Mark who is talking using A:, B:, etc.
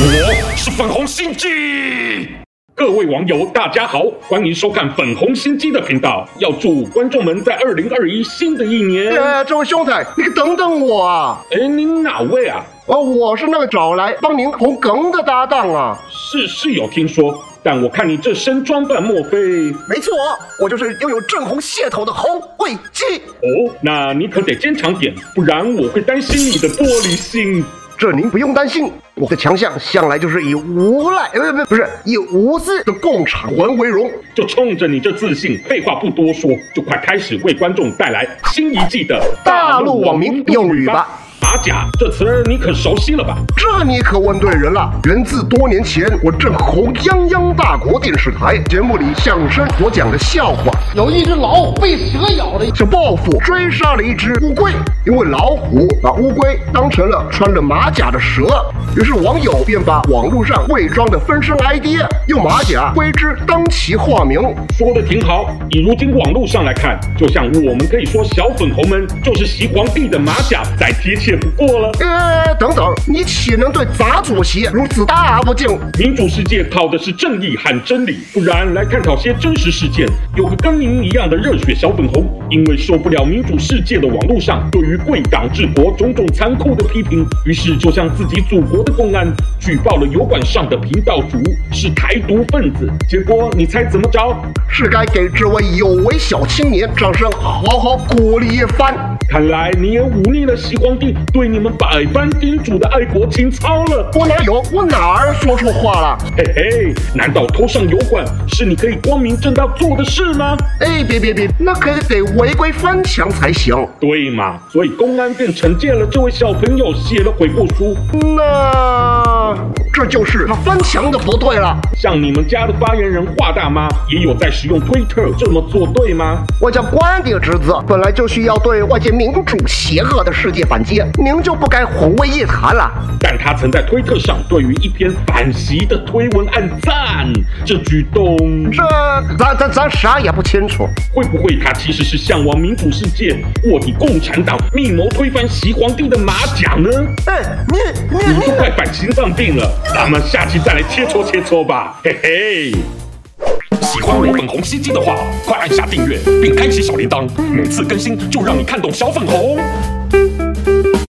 A: 我是粉红心机。各位网友，大家好，欢迎收看粉红心机的频道。要祝观众们在二零二一新的一年，
B: 哎，这位兄台，你可等等我啊！
A: 哎，您哪位啊？
B: 哦，我是那个找来帮您捧哏的搭档啊。
A: 是是有听说，但我看你这身装扮，莫非……
C: 没错，我就是拥有正红血统的红卫鸡。
A: 哦，那你可得坚强点，不然我会担心你的玻璃心。
B: 这您不用担心，我的强项向来就是以无赖，呃不不不是以无私的共产魂为荣。
A: 就冲着你这自信，废话不多说，就快开始为观众带来新一季的
B: 大陆网民用语吧。
A: 马甲这词儿你可熟悉了吧？
B: 这你可问对人了，源自多年前我正红泱泱大国电视台节目里相声所讲的笑话。
D: 有一只老虎被蛇咬了，
B: 小报复追杀了一只乌龟，因为老虎把乌龟当成了穿了马甲的蛇，于是网友便把网络上伪装的分身 ID 用马甲为之当其化名。
A: 说的挺好。以如今网络上来看，就像我们可以说小粉红们就是习皇帝的马甲，再贴切不过了。
B: 呃，等等，你岂能对杂主席如此大不敬？
A: 民主世界靠的是正义和真理，不然来探讨些真实事件。有个跟您一样的热血小粉红，因为受不了民主世界的网络上对于贵党治国种种残酷的批评，于是就向自己祖国的公安举报了油管上的频道主是台独分子。结果你猜怎么着？
B: 是该给这位有为小青年掌声，好好鼓励一番。
A: 看来你也忤逆了习皇帝对你们百般叮嘱的爱国情操了。
B: 我哪有，我哪儿说错话了？
A: 嘿嘿，难道头上油管是你可以光明正大做的事吗？
B: 哎，别别别，那可得违规翻墙才行。
A: 对嘛，所以公安便惩戒了这位小朋友，写了悔过书。
B: 那这就是他翻墙的不对了。
A: 像你们家的发言人华大妈也有在使用推特这么做，对吗？
B: 我家官邸之子本来就需要对外界民主邪恶的世界反击，您就不该混为一谈了。
A: 但她曾在推特上对于一篇反袭的推文按赞，这举动
B: 这咱咱咱啥也不清楚。
A: 会不会她其实是向往民主世界、卧底共产党、密谋推翻习皇帝的马甲呢？
C: 哎，你你
A: 你
C: 你
A: 都快反心脏病了，咱们下期再来切磋切磋吧，嘿嘿。喜欢我粉红心机的话，快按下订阅并开启小铃铛，每次更新就让你看懂小粉红。